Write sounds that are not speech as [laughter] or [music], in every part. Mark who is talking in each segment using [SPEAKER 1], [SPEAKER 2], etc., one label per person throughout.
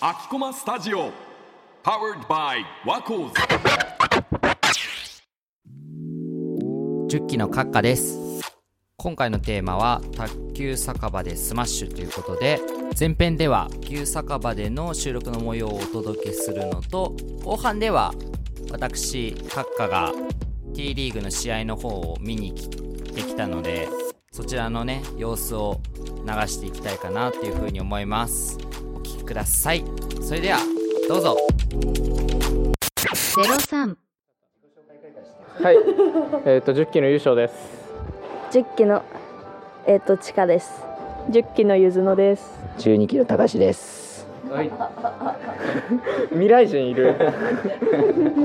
[SPEAKER 1] 秋駒スタジオ Powered by ワコーズ
[SPEAKER 2] 10期の閣下です今回のテーマは卓球酒場でスマッシュということで前編では卓球酒場での収録の模様をお届けするのと後半では私閣下が T リーグの試合の方を見に来てきたのでそちらのね様子を流していきたいかなというふうに思いますお聴きくださいそれではどうぞ
[SPEAKER 3] ゼロ三、
[SPEAKER 4] はい、えっ、と10期の優勝です。
[SPEAKER 5] 十期のえっ、とちかです。十期のゆずのです。
[SPEAKER 6] 中二キロ高しです。
[SPEAKER 4] はい。未来人いる。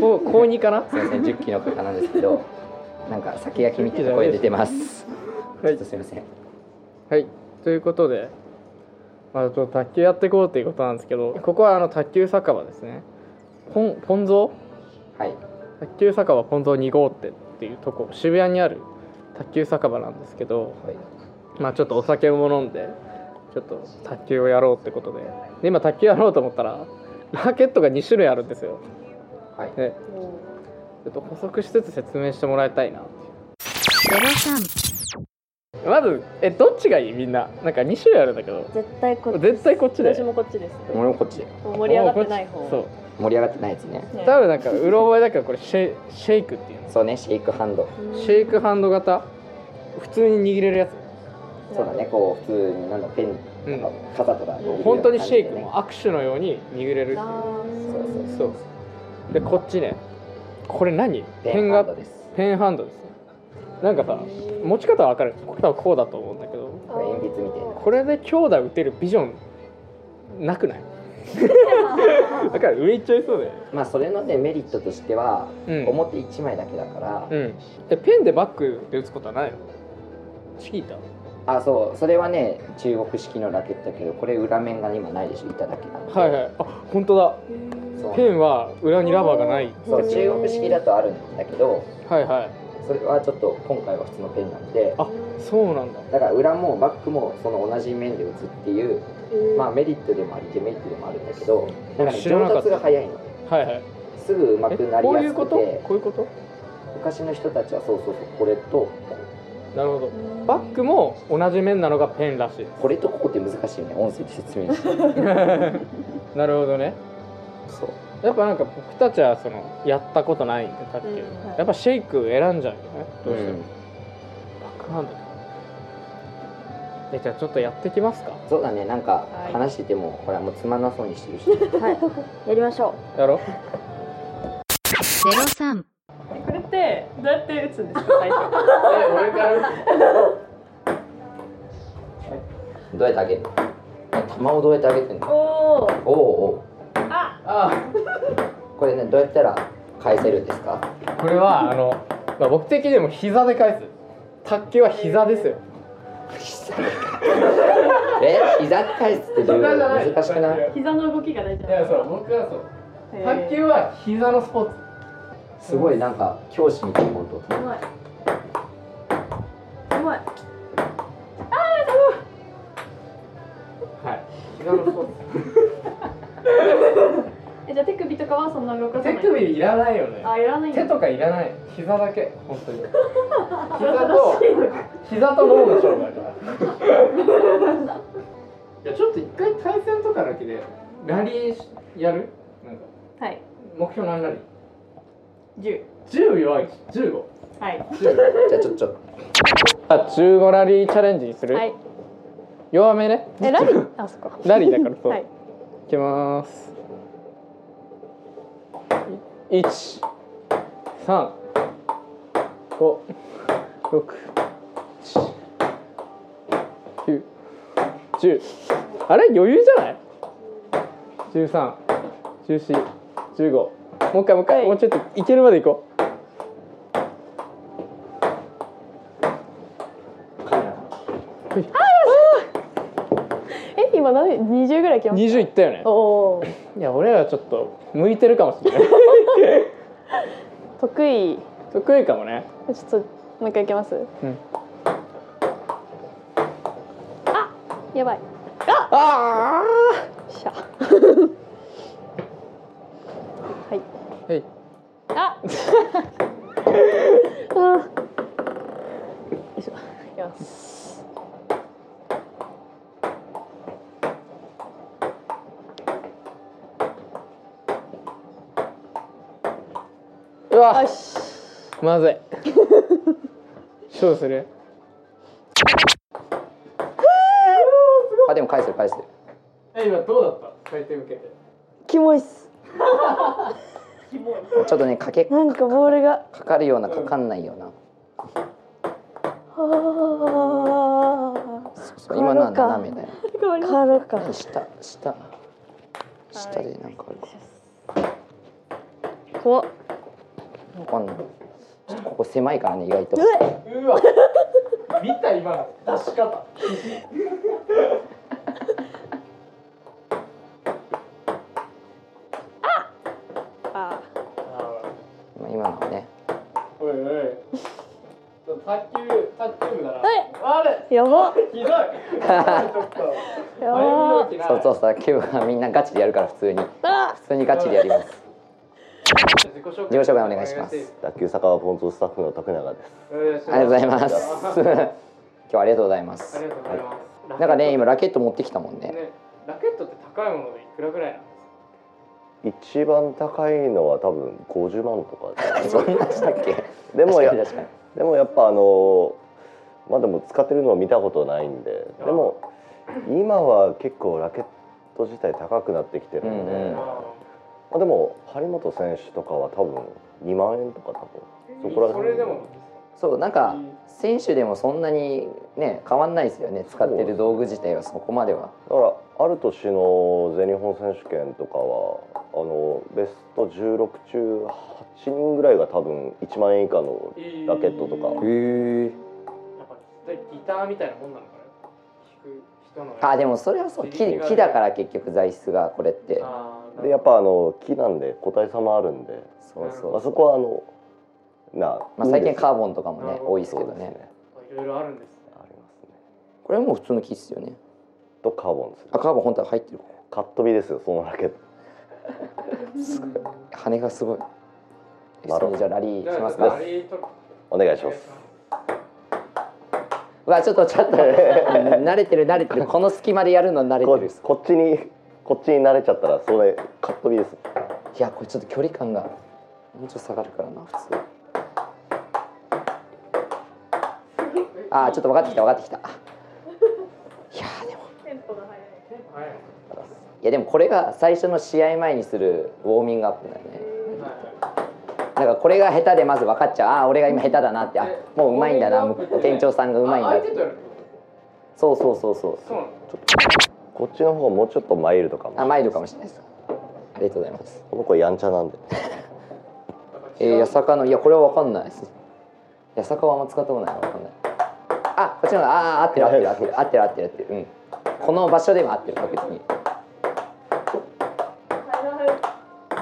[SPEAKER 4] こう高二かな？
[SPEAKER 6] すみません、10キロかかなんですけど、なんか酒焼きみたいな声出てます。
[SPEAKER 4] は
[SPEAKER 6] ちょ
[SPEAKER 4] い
[SPEAKER 6] っとすみません。
[SPEAKER 4] はい。ということで、まあちょっと卓球やっていこうということなんですけど、ここはあの卓球酒場ですね。ポンポンゾ
[SPEAKER 6] はい。
[SPEAKER 4] ー卓球酒場ポンゾー2号ってっていうとこ渋谷にある卓球酒場なんですけど、
[SPEAKER 6] はい。
[SPEAKER 4] まあちょっとお酒も飲んでちょっと卓球をやろうってことでで今卓球やろうと思ったらラケットが2種類あるんですよ
[SPEAKER 6] はい。
[SPEAKER 4] ねちょっと補足しつつ説明してもらいたいな
[SPEAKER 3] ゼロ三、
[SPEAKER 4] まずえどっちがいいみんななんか2種類あるんだけど
[SPEAKER 7] 絶対こっち
[SPEAKER 4] 絶対こっちで
[SPEAKER 7] 私もこっちです
[SPEAKER 6] 俺もこっちで。
[SPEAKER 7] 盛り上がってない
[SPEAKER 4] も
[SPEAKER 7] 方
[SPEAKER 4] うこっち
[SPEAKER 6] 盛り上がってないですね。
[SPEAKER 4] そう
[SPEAKER 7] ね
[SPEAKER 4] 多分なんかうろ覚えだからこれシェイシェイクっていうの
[SPEAKER 6] そうね、シェイクハンド。
[SPEAKER 4] シェイクハンド型普通に握れるやつ
[SPEAKER 6] そうだね、こう普通になんだペン、なんか傘とかこう、
[SPEAKER 4] 本当にシェイク
[SPEAKER 6] ね
[SPEAKER 4] も握手のように握れるっていう
[SPEAKER 6] そうそうそう。
[SPEAKER 4] そうでこっちねこれ何
[SPEAKER 6] ペ
[SPEAKER 4] ペ
[SPEAKER 6] ン
[SPEAKER 4] ン
[SPEAKER 6] ハ
[SPEAKER 4] が
[SPEAKER 6] ンドです。
[SPEAKER 4] ペンハンドですねなんかさ持ち方は分かるこれ多分こうだと思うんだけど
[SPEAKER 6] これ鉛筆みたいな。
[SPEAKER 4] これで強打打てるビジョンなくない [laughs] だから上行っちゃいそうだよね
[SPEAKER 6] まあそれのねメリットとしては、
[SPEAKER 4] うん
[SPEAKER 6] 表1枚だけだから、
[SPEAKER 4] うんえペンでバックで打つことはないのチキータ
[SPEAKER 6] あそうそれはね中国式のラケットだけどこれ裏面が今ないでしょ板だけなので
[SPEAKER 4] はいはいあ本当だ
[SPEAKER 6] そう
[SPEAKER 4] ペンは裏にラバーがない
[SPEAKER 6] そう中国式だとあるんだけど
[SPEAKER 4] はいはい
[SPEAKER 6] それはちょっと今回は普通のペンなので
[SPEAKER 4] あそうなんだ
[SPEAKER 6] だから裏もバックもその同じ面で打つっていう、まあ、メリットでもありデメリットでもあるんだけどだから、ね、
[SPEAKER 4] 知らな
[SPEAKER 6] 上
[SPEAKER 4] かった
[SPEAKER 6] 達が早いの
[SPEAKER 4] はいはい
[SPEAKER 6] すぐ上手
[SPEAKER 4] え
[SPEAKER 6] くなり
[SPEAKER 4] こうい
[SPEAKER 6] や
[SPEAKER 4] う
[SPEAKER 6] す
[SPEAKER 4] こ
[SPEAKER 6] く
[SPEAKER 4] と
[SPEAKER 6] て
[SPEAKER 4] こういうこと
[SPEAKER 6] 昔の人たちはそうそうそうこれと
[SPEAKER 4] なるほどバックも同じ面なのがペン
[SPEAKER 6] [laughs]
[SPEAKER 4] らしい
[SPEAKER 6] これとここって難しいよね音声で説明して
[SPEAKER 4] なるほどね
[SPEAKER 6] そう
[SPEAKER 4] やっぱなんか僕たちはそのやったことないんで卓球、
[SPEAKER 7] うんはい
[SPEAKER 4] やっぱシェイク選んじゃうよねどうしても、
[SPEAKER 6] ん
[SPEAKER 4] バックハンドえじゃあちょっとやってきますか
[SPEAKER 6] そうだねなんか
[SPEAKER 7] はい
[SPEAKER 6] 話してても、ほらもうつまんなそうにしてるし
[SPEAKER 5] やりましょ
[SPEAKER 4] や
[SPEAKER 6] [laughs]
[SPEAKER 4] ろう
[SPEAKER 3] ゼロ三、
[SPEAKER 7] これってどうやって打つんですか最初
[SPEAKER 6] [laughs]
[SPEAKER 4] 俺から
[SPEAKER 6] どうやってあげるの玉をどうやってあげてんの
[SPEAKER 7] おー
[SPEAKER 6] おうおう
[SPEAKER 7] あ
[SPEAKER 4] あ
[SPEAKER 6] これねどうやったら返せるんですか
[SPEAKER 4] これはあの、まあ、僕的にも膝で返す卓球は膝ですよ
[SPEAKER 6] え膝返すってどういうこと難しくない
[SPEAKER 7] 膝の動きが大事
[SPEAKER 4] 僕はそう
[SPEAKER 7] へー
[SPEAKER 4] は膝のスポーツ
[SPEAKER 6] すごいなんか教師みたいなことを
[SPEAKER 7] うまいうまい
[SPEAKER 4] はい膝のスポー
[SPEAKER 7] えじゃあ手首とかはそんな動かさない
[SPEAKER 4] いらないよね
[SPEAKER 7] あいらないんだ
[SPEAKER 4] かいらない膝だけ本
[SPEAKER 7] [laughs]
[SPEAKER 4] 当に膝
[SPEAKER 7] 恐ろしいのか
[SPEAKER 4] 膝と脳の勝負だから
[SPEAKER 7] [laughs]
[SPEAKER 4] いやちょっと一回対戦とかだけでラリーしやるなんか
[SPEAKER 7] はい
[SPEAKER 4] 目標何ラリー
[SPEAKER 7] 10
[SPEAKER 4] 10弱い15
[SPEAKER 7] はい
[SPEAKER 6] じゃあちょっと
[SPEAKER 4] あ15ラリーチャレンジにする、
[SPEAKER 7] はい
[SPEAKER 4] 弱めね
[SPEAKER 7] えラリーあそっか
[SPEAKER 4] ラリーだからそう、
[SPEAKER 7] [laughs] はい
[SPEAKER 4] い、きまーす1 3 5 6 7 9 10あれ余裕じゃない ?131415もう一回もう一回、
[SPEAKER 7] はい
[SPEAKER 4] もうちょっといけるまでいこう
[SPEAKER 7] え今何20ぐらい来まし
[SPEAKER 4] 20いったよね
[SPEAKER 7] たおお
[SPEAKER 4] いや俺らちょっと向いてるかもしれ
[SPEAKER 7] [laughs]
[SPEAKER 4] ない
[SPEAKER 7] 得意ち
[SPEAKER 4] 得意かもね
[SPEAKER 7] ょっともう一回いけます
[SPEAKER 4] うん
[SPEAKER 7] やばい
[SPEAKER 4] ああ
[SPEAKER 7] [laughs] しゃ [laughs] あよいしょいきます
[SPEAKER 4] うわ
[SPEAKER 7] よし
[SPEAKER 4] まずい勝負する
[SPEAKER 6] あでも返せる返せる
[SPEAKER 4] え今どうだった回転受けて
[SPEAKER 7] キモいっす
[SPEAKER 6] ちょっとねかけ
[SPEAKER 7] なんかボールが
[SPEAKER 6] かかるようなかかんないような
[SPEAKER 7] あ
[SPEAKER 6] そう今のは
[SPEAKER 7] これか
[SPEAKER 6] 斜めだよ
[SPEAKER 7] あ変わろうか
[SPEAKER 6] 下下下でなんかあるか
[SPEAKER 7] 怖っ
[SPEAKER 6] わかんないちょっとここ狭いからね意外と
[SPEAKER 4] うわ見た今の出し方
[SPEAKER 6] ま
[SPEAKER 7] あ
[SPEAKER 6] あ今のはね
[SPEAKER 4] おいおい卓球卓球部だな
[SPEAKER 7] はい
[SPEAKER 4] あれ
[SPEAKER 7] やば
[SPEAKER 4] ひ
[SPEAKER 6] [laughs]
[SPEAKER 4] どいちょっと
[SPEAKER 7] やば
[SPEAKER 4] あれ見る気ない
[SPEAKER 6] そうそうそう今日はみんなガチでやるから普通に
[SPEAKER 7] あ
[SPEAKER 6] 普通にガチでやります
[SPEAKER 4] 自己紹
[SPEAKER 6] 自己紹介お願いします
[SPEAKER 8] 卓球酒場ポンズスタッフの徳永です。
[SPEAKER 4] お願いし
[SPEAKER 6] [laughs] ありが
[SPEAKER 4] ます
[SPEAKER 6] とうございます [laughs]
[SPEAKER 4] [laughs] あ
[SPEAKER 6] 今日はありがとうございます
[SPEAKER 4] りがとうございます
[SPEAKER 6] なんかね今ラケット持ってきたもんね
[SPEAKER 4] ねラケットって高いものでいくらぐらいなの
[SPEAKER 8] 一番高いのは多分50万とかじゃないです
[SPEAKER 6] [laughs] そ
[SPEAKER 8] か。
[SPEAKER 6] んなでしたっけ
[SPEAKER 8] でもや
[SPEAKER 6] 確かに確か
[SPEAKER 8] でもやっぱあのまあでも使ってるのを見たことないんで、でも今は結構ラケット自体高くなってきてるんで、
[SPEAKER 6] うんうん
[SPEAKER 8] ま
[SPEAKER 4] あ
[SPEAKER 8] あでも張本選手とかは多分2万円とか多分そこら
[SPEAKER 4] それでも
[SPEAKER 6] そうなんか選手でもそんなにね変わんないですよね使ってる道具自体はそこまでは
[SPEAKER 8] だからある年の全日本選手権とかはあのベスト16中8人ぐらいが多分1万円以下のラケットとか
[SPEAKER 4] えー
[SPEAKER 6] へえ
[SPEAKER 4] やっぱギターみたいなもんなのかな弾く人の
[SPEAKER 6] あでもそれはそう木木だから結局材質がこれって
[SPEAKER 4] あー
[SPEAKER 8] でやっぱあの木なんで個体差もあるんで
[SPEAKER 6] そうそ
[SPEAKER 8] あ
[SPEAKER 6] う
[SPEAKER 8] そこはあのな
[SPEAKER 6] まあ最近カーボンとかも
[SPEAKER 4] な
[SPEAKER 6] ね
[SPEAKER 4] るほど
[SPEAKER 6] 多いですけどね
[SPEAKER 4] いろいろあるんですね
[SPEAKER 8] ありますね
[SPEAKER 6] これはもう普通の木っすよね
[SPEAKER 8] とカーボンですね
[SPEAKER 6] あカーボン本体入ってる
[SPEAKER 8] カットビですよそのラケット
[SPEAKER 6] 羽がすごいえ
[SPEAKER 8] なるほど
[SPEAKER 6] それじゃあラリ
[SPEAKER 4] じ
[SPEAKER 6] ーし
[SPEAKER 4] ゃあ
[SPEAKER 6] ま
[SPEAKER 4] ちょ
[SPEAKER 6] すか
[SPEAKER 4] っとあれとか
[SPEAKER 8] お願
[SPEAKER 4] お
[SPEAKER 8] いしま
[SPEAKER 4] 願い
[SPEAKER 8] す
[SPEAKER 4] します
[SPEAKER 6] うわちょっとちょっと [laughs] 慣れてる慣れてるこの隙間でやるの慣れ
[SPEAKER 8] こ
[SPEAKER 6] てる
[SPEAKER 8] こっちにこっちに慣れちゃったらそれカットビです
[SPEAKER 6] いやこれちょっと距離感がもうちょっと下がるからな普 [laughs] 通あーちょっと分かってきた分かってきたいやーでも
[SPEAKER 4] はいはい
[SPEAKER 6] いやでもこれが最初の試合前にするウォーミングアップだよねなんかこれが下手でまず分かっちゃうああー俺が今下手だなってあもううまいんだな店長さんがうまいん
[SPEAKER 4] あ
[SPEAKER 6] だ
[SPEAKER 4] 相手とやるってこ
[SPEAKER 6] そうそうそうそう
[SPEAKER 4] とそうなの
[SPEAKER 8] こっちの方がもうちょっとマイルドかも
[SPEAKER 6] あマイルかもしれないですありがとうございます
[SPEAKER 8] この子やんちゃなんで
[SPEAKER 6] えー、八坂のいやこれは分かんないです八坂はあんま使ったことないから分かんないあこっちの方があー合ってる合ってる合ってる合ってる合ってる合ってるうんこの場所では合ってる確実に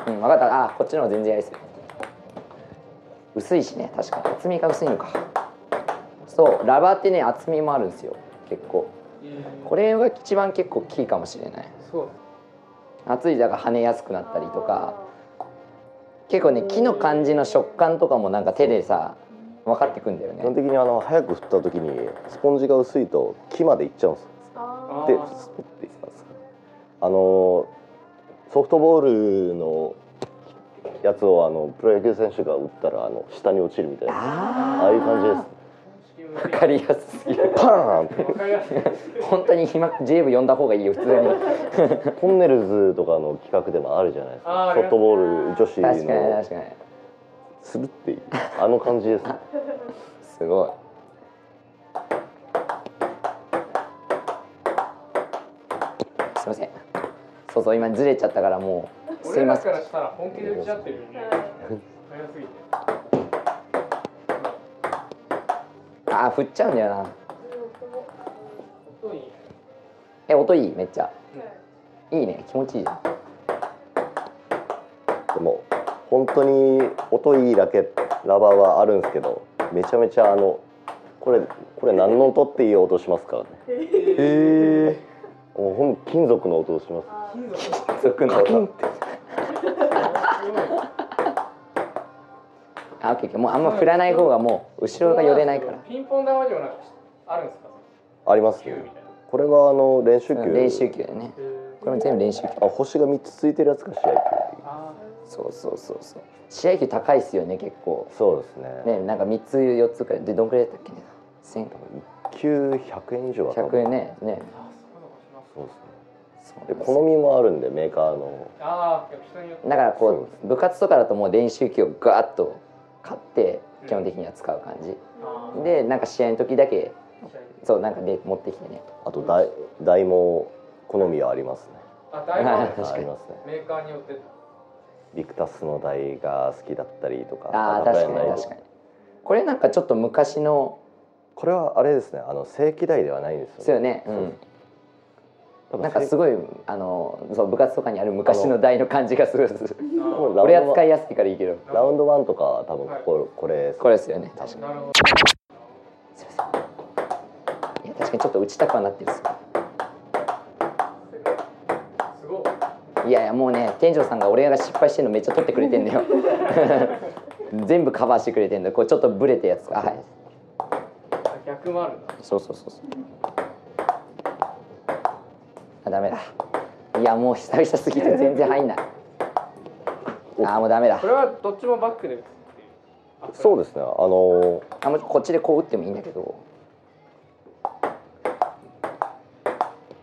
[SPEAKER 6] うん分かったあーこっちの方が全然やりですよ薄いしね確かに厚みが薄いのかそうラバーってね厚みもあるんですよ結構これが一番結構キーかもしれない
[SPEAKER 4] そう
[SPEAKER 6] 暑いだから跳ねやすくなったりとか結構ね木の感じの食感とかもなんか手でさ分かってくんだよ
[SPEAKER 8] 基本
[SPEAKER 6] ね
[SPEAKER 8] 的にあの早く振った時にスポンジが薄いと木までいっちゃうんですよ
[SPEAKER 7] あ
[SPEAKER 4] あ
[SPEAKER 8] で
[SPEAKER 4] ー
[SPEAKER 8] スポッていったんですよあのソフトボールのやつをあのプロ野球選手が打ったらあの下に落ちるみたいな
[SPEAKER 6] あ
[SPEAKER 8] ああいう感じです
[SPEAKER 6] あ分かりやすすぎる [laughs]
[SPEAKER 8] パーンって
[SPEAKER 4] わかりやすい
[SPEAKER 6] 本当に今 J 部呼んだ [laughs] 方がいいよ普通に
[SPEAKER 8] トンネルズとかの企画でもあるじゃないです
[SPEAKER 4] あーあ
[SPEAKER 8] か
[SPEAKER 4] ります
[SPEAKER 8] ソフトボール女子
[SPEAKER 6] 確かに
[SPEAKER 8] の
[SPEAKER 6] 確かに
[SPEAKER 8] するっていうあの感じです
[SPEAKER 6] [laughs] すごいすいませんそうそう今ずれちゃったからもうすい
[SPEAKER 4] 俺
[SPEAKER 6] ま
[SPEAKER 4] ら
[SPEAKER 6] せん
[SPEAKER 4] からしたら本気で打ち合ってるよね早すぎて
[SPEAKER 6] あー振っちゃうんだよな
[SPEAKER 4] そういいね
[SPEAKER 6] え音いいめっちゃ、いいね気持ちいいじゃん
[SPEAKER 8] でも本当に音いいラケラバーはあるんですけどめちゃめちゃあのこれこれ何の音っていう音しますからねへえもうほん金属の音します
[SPEAKER 6] 金属の音あオッケーオッケーもうあんま振らない方がもう後ろが寄れないから
[SPEAKER 4] ピンポン玉にもなんかあるんですか
[SPEAKER 8] あります
[SPEAKER 4] 球み
[SPEAKER 8] ね
[SPEAKER 4] たいな
[SPEAKER 8] これがあの練習球
[SPEAKER 6] 練習球だよねこれも全部練習球
[SPEAKER 8] あ星が3つついてるやつが試合球っていう
[SPEAKER 4] あ
[SPEAKER 6] そうそうそうそう試合球高いっすよね結構
[SPEAKER 8] そうですね
[SPEAKER 6] ねなんか3つ4つくらいでどんくらいだったっけね1000か
[SPEAKER 8] 球100円以上は多
[SPEAKER 6] 100
[SPEAKER 8] 分
[SPEAKER 6] 円ねね
[SPEAKER 8] そうです
[SPEAKER 6] そうなん
[SPEAKER 8] ね
[SPEAKER 6] で
[SPEAKER 8] です
[SPEAKER 6] よ
[SPEAKER 8] 好みもあるんでメーカーの
[SPEAKER 4] ーあーやっぱ人によって
[SPEAKER 6] だから
[SPEAKER 8] そう
[SPEAKER 6] こ
[SPEAKER 8] で
[SPEAKER 6] う部活とかだともう練習機をガーッと買って基本的には使う感じ
[SPEAKER 4] あ
[SPEAKER 6] でなんか試合の時だけ
[SPEAKER 4] ー
[SPEAKER 6] そうなんかで持ってきてね
[SPEAKER 8] あと台台も好みはありますね
[SPEAKER 4] あ大根
[SPEAKER 6] 確かに
[SPEAKER 8] ありますね
[SPEAKER 4] メーカーによって
[SPEAKER 8] ビクタスの台が好きだったりとか
[SPEAKER 6] ああ
[SPEAKER 8] 高
[SPEAKER 6] 確
[SPEAKER 8] 台の
[SPEAKER 6] かに
[SPEAKER 8] 台
[SPEAKER 6] 確かにこれなんかちょっと昔の
[SPEAKER 8] これはあれですねあの正規台ではないんですよ
[SPEAKER 6] ですよね、うん
[SPEAKER 8] 多分
[SPEAKER 6] なんかす
[SPEAKER 8] い
[SPEAKER 6] ごいあのそう部活とかにある昔の台の感じがする
[SPEAKER 4] あ
[SPEAKER 6] 俺は使いやすいからいいけど
[SPEAKER 8] ラウンドワンとか多分ここ,、これ
[SPEAKER 6] これですよね確か
[SPEAKER 4] ー
[SPEAKER 6] に
[SPEAKER 4] なるほど
[SPEAKER 6] すいませんいや確かにちょっと打ちたくはなってるっす
[SPEAKER 4] すごい
[SPEAKER 6] いやいやもうね店長さんが俺が失敗してるのめっちゃ撮ってくれてんだよ全部カバーしてくれてんだよこれちょっとブレてやつあはい
[SPEAKER 4] あ逆もあるんだ
[SPEAKER 6] そうそうそうそうあダメだいやもう久々すぎて全然入んないあもうダメだ
[SPEAKER 4] これはどっちもバックで打つっていうあ
[SPEAKER 8] そうですねあの
[SPEAKER 6] あもうこっちでこう打ってもいいんだけど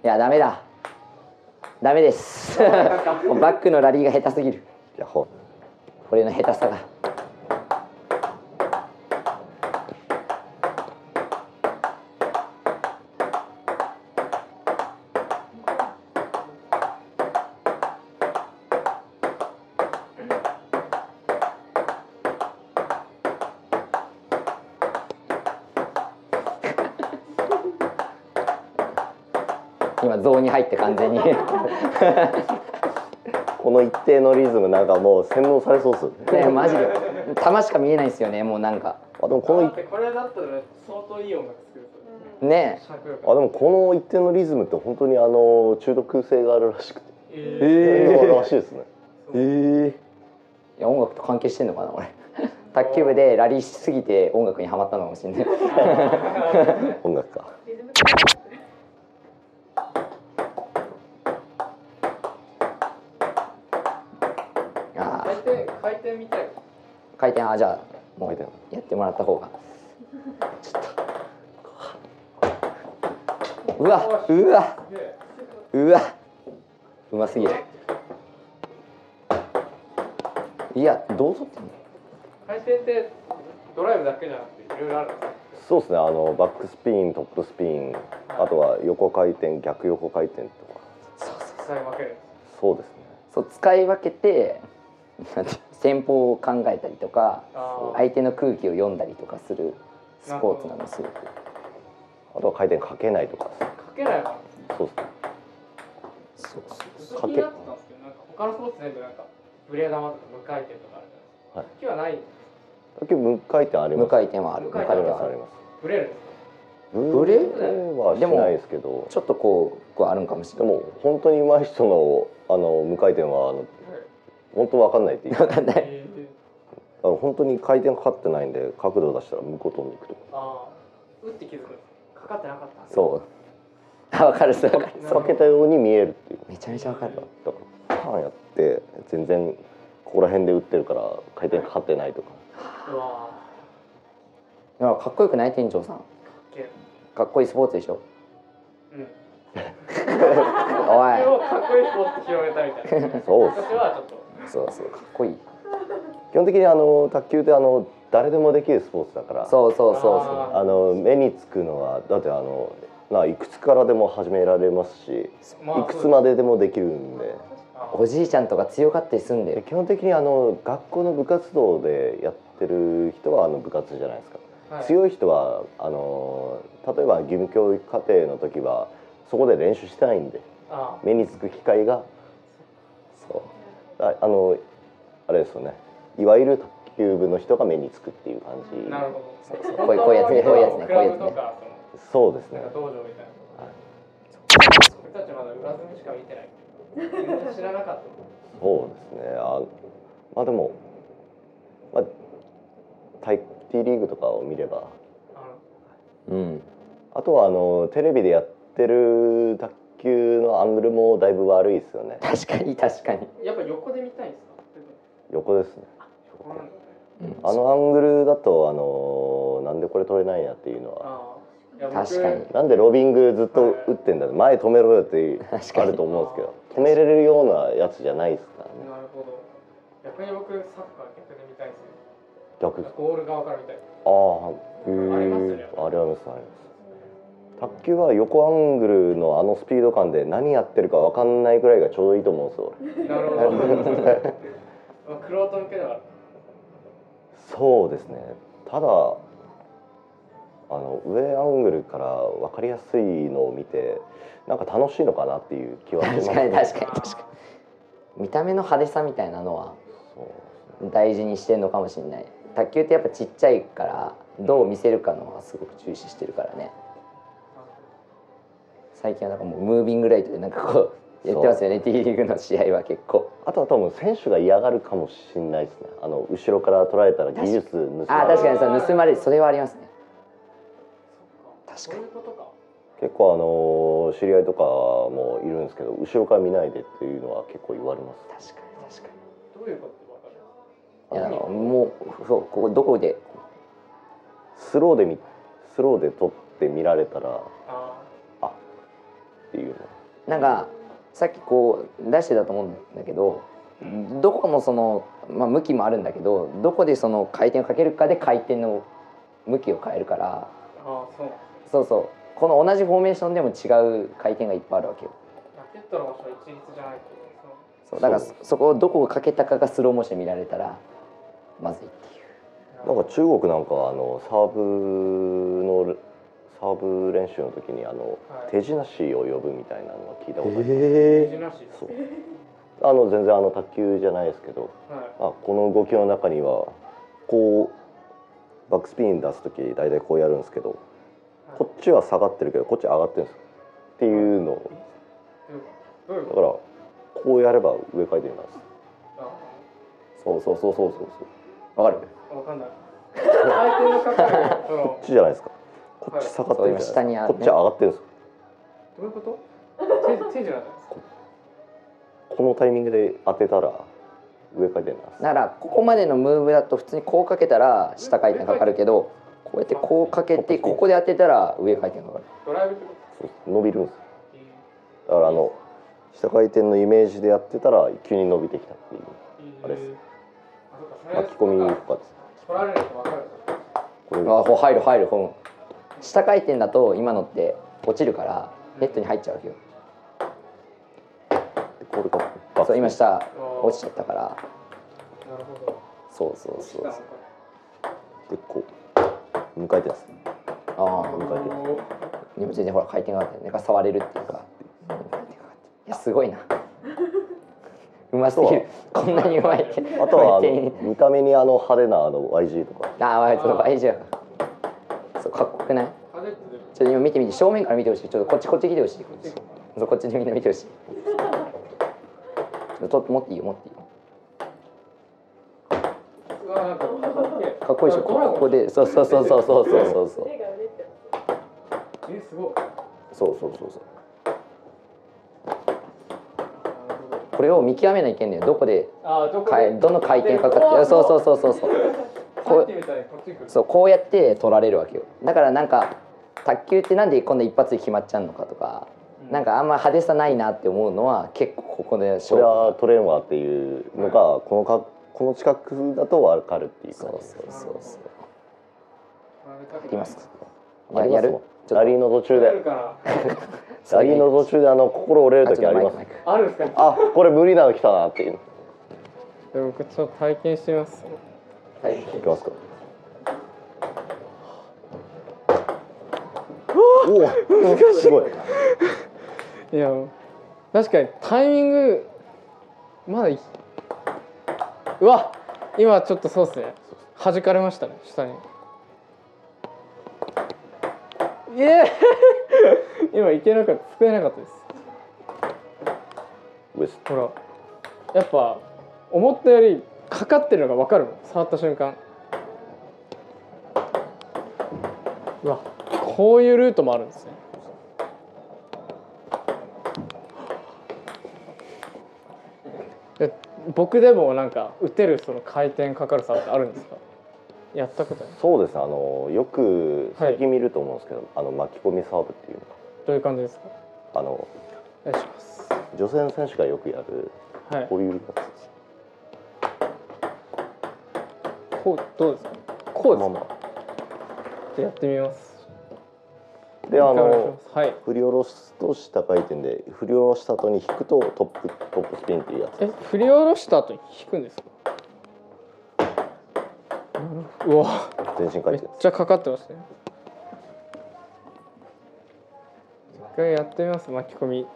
[SPEAKER 6] いやダメだダメですもうバックのラリーが下手すぎる
[SPEAKER 8] いやほ
[SPEAKER 6] 俺の下手さが今ゾーンに入って完全に [laughs]
[SPEAKER 8] この一定のリズムなんかもう洗脳されそうっすよね
[SPEAKER 6] ねマジで [laughs] 球しか見えないですよねもうなんか
[SPEAKER 8] あでもこの
[SPEAKER 4] だってこれだったら相当いい音楽作る
[SPEAKER 6] ね
[SPEAKER 4] と迫力
[SPEAKER 8] あでもこの一定のリズムって本当にあの中毒性があるらしくて
[SPEAKER 4] えー
[SPEAKER 8] ええらしいですねええ
[SPEAKER 6] いや音楽と関係してんのかな俺 [laughs] 卓球部でラリーしすぎて音楽にはまったのかもしれ [laughs] ない
[SPEAKER 8] 音楽か
[SPEAKER 6] あ
[SPEAKER 4] 回転回転みたい
[SPEAKER 6] ー回転あじゃあも
[SPEAKER 8] 回転
[SPEAKER 6] うやってもらった方がちょっとうわうわ
[SPEAKER 4] で
[SPEAKER 6] うわうますぎるいやどうぞってんの
[SPEAKER 4] 回転ってドライブだけじゃなくていろいろあるんですね
[SPEAKER 8] そうですねあのバックスピントップスピンあとは横回転逆横回転とか
[SPEAKER 4] 使い分ける
[SPEAKER 8] そうですね
[SPEAKER 6] そう使い分けてなんて戦法を考えたりとか
[SPEAKER 4] あー
[SPEAKER 6] 相手の空気を読んだりとかするスポーツなんですよ
[SPEAKER 8] あとは回転かけないとかですね
[SPEAKER 4] かけないか
[SPEAKER 8] そうです
[SPEAKER 6] そ
[SPEAKER 8] ね
[SPEAKER 6] うそう
[SPEAKER 4] ずっと気になってたんですけどなんか他のスポーツ全部なんかブレー玉とか無回転とかあるじゃないですか今日はない
[SPEAKER 8] だけど無回転あります
[SPEAKER 6] 無回転はある
[SPEAKER 4] 無
[SPEAKER 6] 無
[SPEAKER 4] 回
[SPEAKER 6] 回
[SPEAKER 4] 転
[SPEAKER 6] 転
[SPEAKER 8] ありま
[SPEAKER 6] は
[SPEAKER 8] す
[SPEAKER 6] あ
[SPEAKER 8] あ
[SPEAKER 6] る
[SPEAKER 4] ブレ
[SPEAKER 8] ります
[SPEAKER 4] るんですか
[SPEAKER 8] ブ
[SPEAKER 6] レ
[SPEAKER 8] はしないですけど
[SPEAKER 6] ちょっとこうこうあるんかもし
[SPEAKER 8] で
[SPEAKER 6] れない
[SPEAKER 8] も本当に上手い人のあの無回転はあの本当わかんないって言うだか
[SPEAKER 6] 分かんない
[SPEAKER 4] えー
[SPEAKER 8] ら本当に回転かかってないんで角度出したら向こう飛んでいくとか
[SPEAKER 4] ああ打って気づくんですかかってなかったんです
[SPEAKER 6] そうあ分かるそう [laughs] 分かる
[SPEAKER 8] 避けたように見えるっていう
[SPEAKER 6] めちゃめちゃ分かるわ
[SPEAKER 8] だからパーンやって全然ここら辺で打ってるから回転かかってないとか
[SPEAKER 4] うわー
[SPEAKER 6] だからかっこよくない店長さんかっこいいスポーツでしょ
[SPEAKER 4] うん、
[SPEAKER 6] お
[SPEAKER 4] それをかっこいいスポーツ広めたみたい
[SPEAKER 8] [laughs]
[SPEAKER 4] な
[SPEAKER 8] そうっす
[SPEAKER 4] 私はちょっと
[SPEAKER 6] いそうそうかっこいい
[SPEAKER 8] 基本的にあの卓球ってあの誰でもできるスポーツだから
[SPEAKER 6] そうそうそう
[SPEAKER 4] あ
[SPEAKER 6] そ
[SPEAKER 8] あの目につくのはだってあのまあいくつからでも始められますし
[SPEAKER 4] まあ
[SPEAKER 8] いくつまででもできるんで
[SPEAKER 6] うおじいちゃんとか強かったりすんだ
[SPEAKER 8] で
[SPEAKER 6] よ
[SPEAKER 8] 基本的にあの学校の部活動でやってる人はあの部活じゃないですか、
[SPEAKER 4] はい
[SPEAKER 8] 強い人はあの例えば義務教育課程の時はそこで練習してないんで
[SPEAKER 4] あ
[SPEAKER 8] 目につく機会がそうああのあれですよねいわゆる卓球部の人が目につくっていう感
[SPEAKER 4] あ
[SPEAKER 8] じ
[SPEAKER 4] なるほど
[SPEAKER 6] そうそうこういうこういうやつねこういうやつね
[SPEAKER 4] ク
[SPEAKER 6] こう
[SPEAKER 4] ラ
[SPEAKER 6] いう
[SPEAKER 4] ブと
[SPEAKER 6] や
[SPEAKER 4] か
[SPEAKER 8] そうです
[SPEAKER 4] その
[SPEAKER 8] ね
[SPEAKER 4] なんか道場みたいな僕たちまだ裏積みしか見てないけど全然知らなかった
[SPEAKER 8] そうですねあまあでも、まあ、タイ T リーグとかを見れば
[SPEAKER 6] うん
[SPEAKER 8] あとはあのテレビでやってる卓球のアングルもだいぶ悪いですよね
[SPEAKER 6] 確かに確かに、
[SPEAKER 4] やっぱ横で見たいんですか
[SPEAKER 8] 横ですね
[SPEAKER 4] 横なんだ
[SPEAKER 6] うん
[SPEAKER 8] あのアングルだとあのなんでこれ取れないんやっていうのは
[SPEAKER 4] ああいや僕
[SPEAKER 6] 確かに
[SPEAKER 8] なんでロビングずっと打ってんだ前止めろよっていう
[SPEAKER 6] 確か
[SPEAKER 8] あ
[SPEAKER 6] に
[SPEAKER 8] ると思うんですけど止めれるようなやつじゃないですからね
[SPEAKER 4] なるほど逆に僕サッカー逆で見たいですね
[SPEAKER 8] 逆です
[SPEAKER 4] ゴール側から見たいです
[SPEAKER 8] ああへー
[SPEAKER 4] ありますよね
[SPEAKER 8] ありますあります卓球は横アングルのあのスピード感で何やってるか分かんないぐらいがちょうどいいと思うんですよ
[SPEAKER 4] なるほどクロート向けだから
[SPEAKER 8] そうですねただあの上アングルから分かりやすいのを見てなんか楽しいのかなっていう気はします
[SPEAKER 6] 確かに確かに確か [laughs] に見た目の派手さみたいなのは
[SPEAKER 8] そう
[SPEAKER 6] 大事にしてるのかもしれない卓球ってやっぱちっちゃいからどう見せるかのはすごく重視してるからね最近はなんかもうムービングライトでなんかこうやってますよね T リーグの試合は結構
[SPEAKER 8] あとは多分選手が嫌がるかもしれないですねあの後ろから捉えたら技術盗まれる
[SPEAKER 6] あー確かにそう盗まれるそれはありますね確
[SPEAKER 4] そう
[SPEAKER 6] かに
[SPEAKER 4] いうことか
[SPEAKER 8] 結構あのー知り合いとかもいるんですけど後ろから見ないでっていうのは結構言われます
[SPEAKER 6] 確かに確かに
[SPEAKER 4] どういうことわかる
[SPEAKER 6] いやだからもうそうここどこで
[SPEAKER 8] スローで見スローで撮って見られたら
[SPEAKER 4] あ
[SPEAKER 8] っていうの
[SPEAKER 6] なんかさっきこう出してたと思うんだけどどこのその、まあ、向きもあるんだけどどこでその回転をかけるかで回転の向きを変えるから
[SPEAKER 4] あああそう
[SPEAKER 6] そうそうこの同じフォーメーションでも違う回転がいっぱいあるわけよ
[SPEAKER 4] ラケットの場所は一律じゃないってことそう
[SPEAKER 6] そうだから
[SPEAKER 8] そ
[SPEAKER 6] そこをどこをかけたかがスローモーションで見られたらまずいっていう
[SPEAKER 8] なんか中国なんかはあのサーブのサーブ練習の時にあの、
[SPEAKER 4] はい
[SPEAKER 8] 手品師を呼ぶみたいなのは聞いたことあります、
[SPEAKER 4] 手
[SPEAKER 8] え
[SPEAKER 4] 品師
[SPEAKER 8] そうあの全然あの卓球じゃないですけど
[SPEAKER 4] はい
[SPEAKER 8] あこの動きの中にはこうバックスピン出す時大体こうやるんですけどこっちは下がってるけどこっち上がってるんですよっていうのを
[SPEAKER 4] どういう
[SPEAKER 8] だ
[SPEAKER 4] こ
[SPEAKER 8] からこうやれば上回転になるんです
[SPEAKER 4] とか
[SPEAKER 8] そうそうそうそうそうそう
[SPEAKER 6] わかる
[SPEAKER 4] わかんない。回転のかかる。その
[SPEAKER 8] こっちじゃないですかこっち下がってるじゃ
[SPEAKER 6] そう今下
[SPEAKER 8] ない
[SPEAKER 6] に
[SPEAKER 8] で
[SPEAKER 6] あ
[SPEAKER 8] すか
[SPEAKER 6] る
[SPEAKER 8] こっち上がってるんですよ
[SPEAKER 4] どういうこと？手手じゃないですか。
[SPEAKER 8] このタイミングで当てたら上回転になるんです
[SPEAKER 6] だからここまでのムーブだと普通にこうかけたら下回転かかるけどこうやってこうかけてここで当てたら上回転かかる
[SPEAKER 4] ドライブってこ
[SPEAKER 8] そう伸びるんです
[SPEAKER 4] と？い
[SPEAKER 8] だからあの下回転のイメージでやってたら急に伸びてきたっていう
[SPEAKER 4] い
[SPEAKER 8] あれっす。
[SPEAKER 4] あそうかそれ
[SPEAKER 8] 巻き込みとかです
[SPEAKER 4] 取られるとわかる。
[SPEAKER 8] これ
[SPEAKER 6] あほう入る入るほう下回転だと今のって落ちるからネットに入っちゃうわけよ
[SPEAKER 8] これがバック
[SPEAKER 6] そう今
[SPEAKER 8] ス
[SPEAKER 6] 下落ちちゃったから
[SPEAKER 4] なるほど。
[SPEAKER 6] そうそうそうそう
[SPEAKER 8] ピンでこう向かい転です
[SPEAKER 6] ああ
[SPEAKER 8] 向かい転
[SPEAKER 4] お
[SPEAKER 6] でも全然ほら回転があってなんか触れるっていうか回転があっていやすごいな [laughs] うますぎるこんなにうまいって
[SPEAKER 8] あとはあ
[SPEAKER 6] 回転に
[SPEAKER 8] の見た目にあの派手なあの YG とか
[SPEAKER 6] ああそう大事やからそうかっこよくない
[SPEAKER 4] 風って出る
[SPEAKER 6] ちょっと今見てみて正面から見てほしいちょっとこっちこっち来てほしいこっちそうこっちでみんな見て
[SPEAKER 8] [laughs]
[SPEAKER 6] ほしいちょっと持っていいよ持っていいよ
[SPEAKER 4] うわなんかかっけえ
[SPEAKER 6] かっこいいでしょ
[SPEAKER 4] あコラボ
[SPEAKER 6] ここでそうそうそうそうそうそうそうそう
[SPEAKER 7] 手が出て
[SPEAKER 4] えすごい。
[SPEAKER 8] そうそうそうそう
[SPEAKER 6] これを見極めないけんねどこで
[SPEAKER 4] あどこ
[SPEAKER 6] かえどの回転かかってるそうそうそうそうそう
[SPEAKER 4] こってみたいにこっち来る。
[SPEAKER 6] そうこうやって取られるわけよだからなんか卓球ってなんでこんな一発で決まっちゃうのかとか、なんかあんま派手さないなって思うのは結構ここで
[SPEAKER 8] こ
[SPEAKER 6] 勝
[SPEAKER 8] れ
[SPEAKER 6] 負
[SPEAKER 8] は取れんわっていうのがこのかこの近くだとわかるっていう
[SPEAKER 6] そ
[SPEAKER 8] 感
[SPEAKER 6] う
[SPEAKER 8] じ
[SPEAKER 6] そうそうそう
[SPEAKER 4] や
[SPEAKER 6] やりますか
[SPEAKER 8] あ
[SPEAKER 6] や
[SPEAKER 8] り
[SPEAKER 6] や
[SPEAKER 8] ます
[SPEAKER 6] る
[SPEAKER 8] もん
[SPEAKER 6] ちょっ
[SPEAKER 8] ラリーの途中
[SPEAKER 4] 来る
[SPEAKER 8] で
[SPEAKER 4] から。
[SPEAKER 6] と
[SPEAKER 8] ラリーの途中であの心折れ
[SPEAKER 6] あ
[SPEAKER 8] る
[SPEAKER 6] ち
[SPEAKER 8] 時
[SPEAKER 6] ょ
[SPEAKER 8] あ
[SPEAKER 6] っと
[SPEAKER 8] り
[SPEAKER 6] マイク
[SPEAKER 8] ます
[SPEAKER 6] マイク
[SPEAKER 4] あるんですか？
[SPEAKER 8] あこれ無理なの来たなっていう
[SPEAKER 4] でも僕ちょっと体験してみます。
[SPEAKER 8] いきますかおおすごい
[SPEAKER 4] いや確かにタイミングまだいうわ今ちょっとそうっすね弾かれましたね下にいえ [laughs] 今いけなかった救えなかったです
[SPEAKER 8] ウエス
[SPEAKER 4] ほらやっぱ思ったよりかかってるのが分かるもん触った瞬間うわこういうルートもあるんですねえ僕でもなんか打てるその回転かかる差ってあるんですかやったことない
[SPEAKER 8] そうですねあのよく
[SPEAKER 4] はい
[SPEAKER 8] 最近見ると思うんですけど、あの巻き込みサーブっていうの
[SPEAKER 4] どういう感じですか
[SPEAKER 8] あの
[SPEAKER 4] お願いします
[SPEAKER 8] 女性の選手がよくやる
[SPEAKER 4] はい
[SPEAKER 8] こういうや
[SPEAKER 4] こうどうですかこう
[SPEAKER 8] つ
[SPEAKER 4] で
[SPEAKER 8] ます
[SPEAKER 4] か
[SPEAKER 8] あま
[SPEAKER 4] じゃあやってみます
[SPEAKER 8] あであ
[SPEAKER 4] 一回お願いし
[SPEAKER 8] の
[SPEAKER 4] ますはい
[SPEAKER 8] 振り下ろすと下回転で振り下ろした後に引くとトップトップスピンっていうやつ
[SPEAKER 4] え振り下ろした後に引くんですかうわ
[SPEAKER 8] 全身回
[SPEAKER 4] めっ
[SPEAKER 8] 転
[SPEAKER 4] ちゃかかってますね一回やってみます巻き込み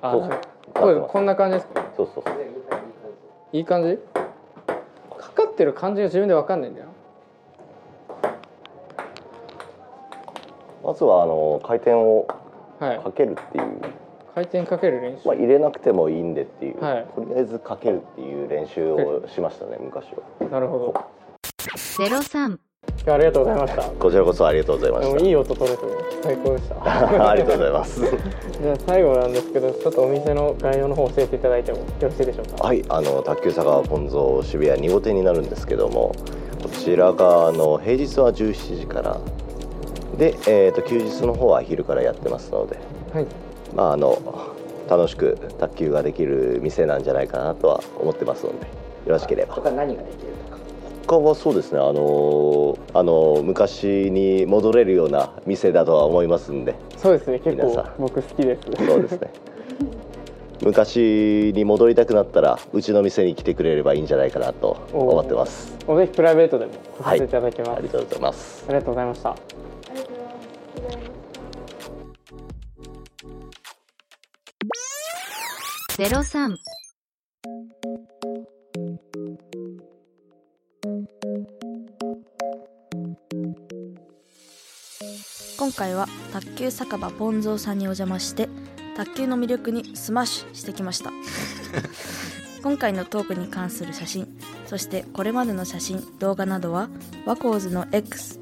[SPEAKER 4] あ
[SPEAKER 8] そうそ
[SPEAKER 4] な
[SPEAKER 8] う
[SPEAKER 4] んかこういうこんな感じですか
[SPEAKER 8] そうそうそう
[SPEAKER 4] いい感じかかってる感じが自分でわかんないんだよ
[SPEAKER 8] まずはあの回転を
[SPEAKER 4] はい
[SPEAKER 8] かけるっていう、
[SPEAKER 4] 回転かける練習
[SPEAKER 8] まあ、入れなくてもいいんでっていう、
[SPEAKER 4] はい
[SPEAKER 8] とりあえずかけるっていう練習をしましたね昔は
[SPEAKER 4] なるほど
[SPEAKER 3] ゼロ三
[SPEAKER 4] 今日はありがとうございました
[SPEAKER 8] こちらこそありがとうございま
[SPEAKER 4] でもいい音取れて最高でした
[SPEAKER 8] [laughs] ありがとうございます。
[SPEAKER 4] じゃあ最後なんですけどちょっとお店の概要の方教えていただいてもよろしいでしょうか
[SPEAKER 8] はい、あの卓球佐川本蔵渋谷2号店になるんですけども、こちらがあの平日は17時からで、えー、と休日の方は昼からやってますので、
[SPEAKER 4] はい
[SPEAKER 8] まああの楽しく卓球ができる店なんじゃないかなとは思ってますので、よろしければ。
[SPEAKER 6] 他何ができるとか
[SPEAKER 8] 他はそうですね、あのあの昔に戻れるような店だとは思いますんで。
[SPEAKER 4] そうですね結
[SPEAKER 8] 皆さ
[SPEAKER 4] 構
[SPEAKER 8] ん
[SPEAKER 4] 僕好きです
[SPEAKER 8] そうです [laughs] ね。昔に戻りたくなったらうちの店に来てくれればいいんじゃないかなと思ってます。
[SPEAKER 4] もうぜひプライベートでも来させ
[SPEAKER 8] はい
[SPEAKER 4] ていただきます、
[SPEAKER 8] ありがとうございます。
[SPEAKER 4] ありがとうございました
[SPEAKER 3] ゼロ三
[SPEAKER 9] 今回は卓球酒場ポンゾーさんにお邪魔して卓球の魅力にスマッシュしてきました今回のトークに関する写真そしてこれまでの写真動画などはワコーズの X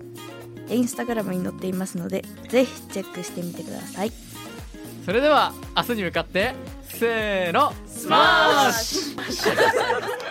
[SPEAKER 9] インスタグラムに載っていますのでぜひチェックしてみてください
[SPEAKER 10] それでは明日に向かってせーのスマッシュ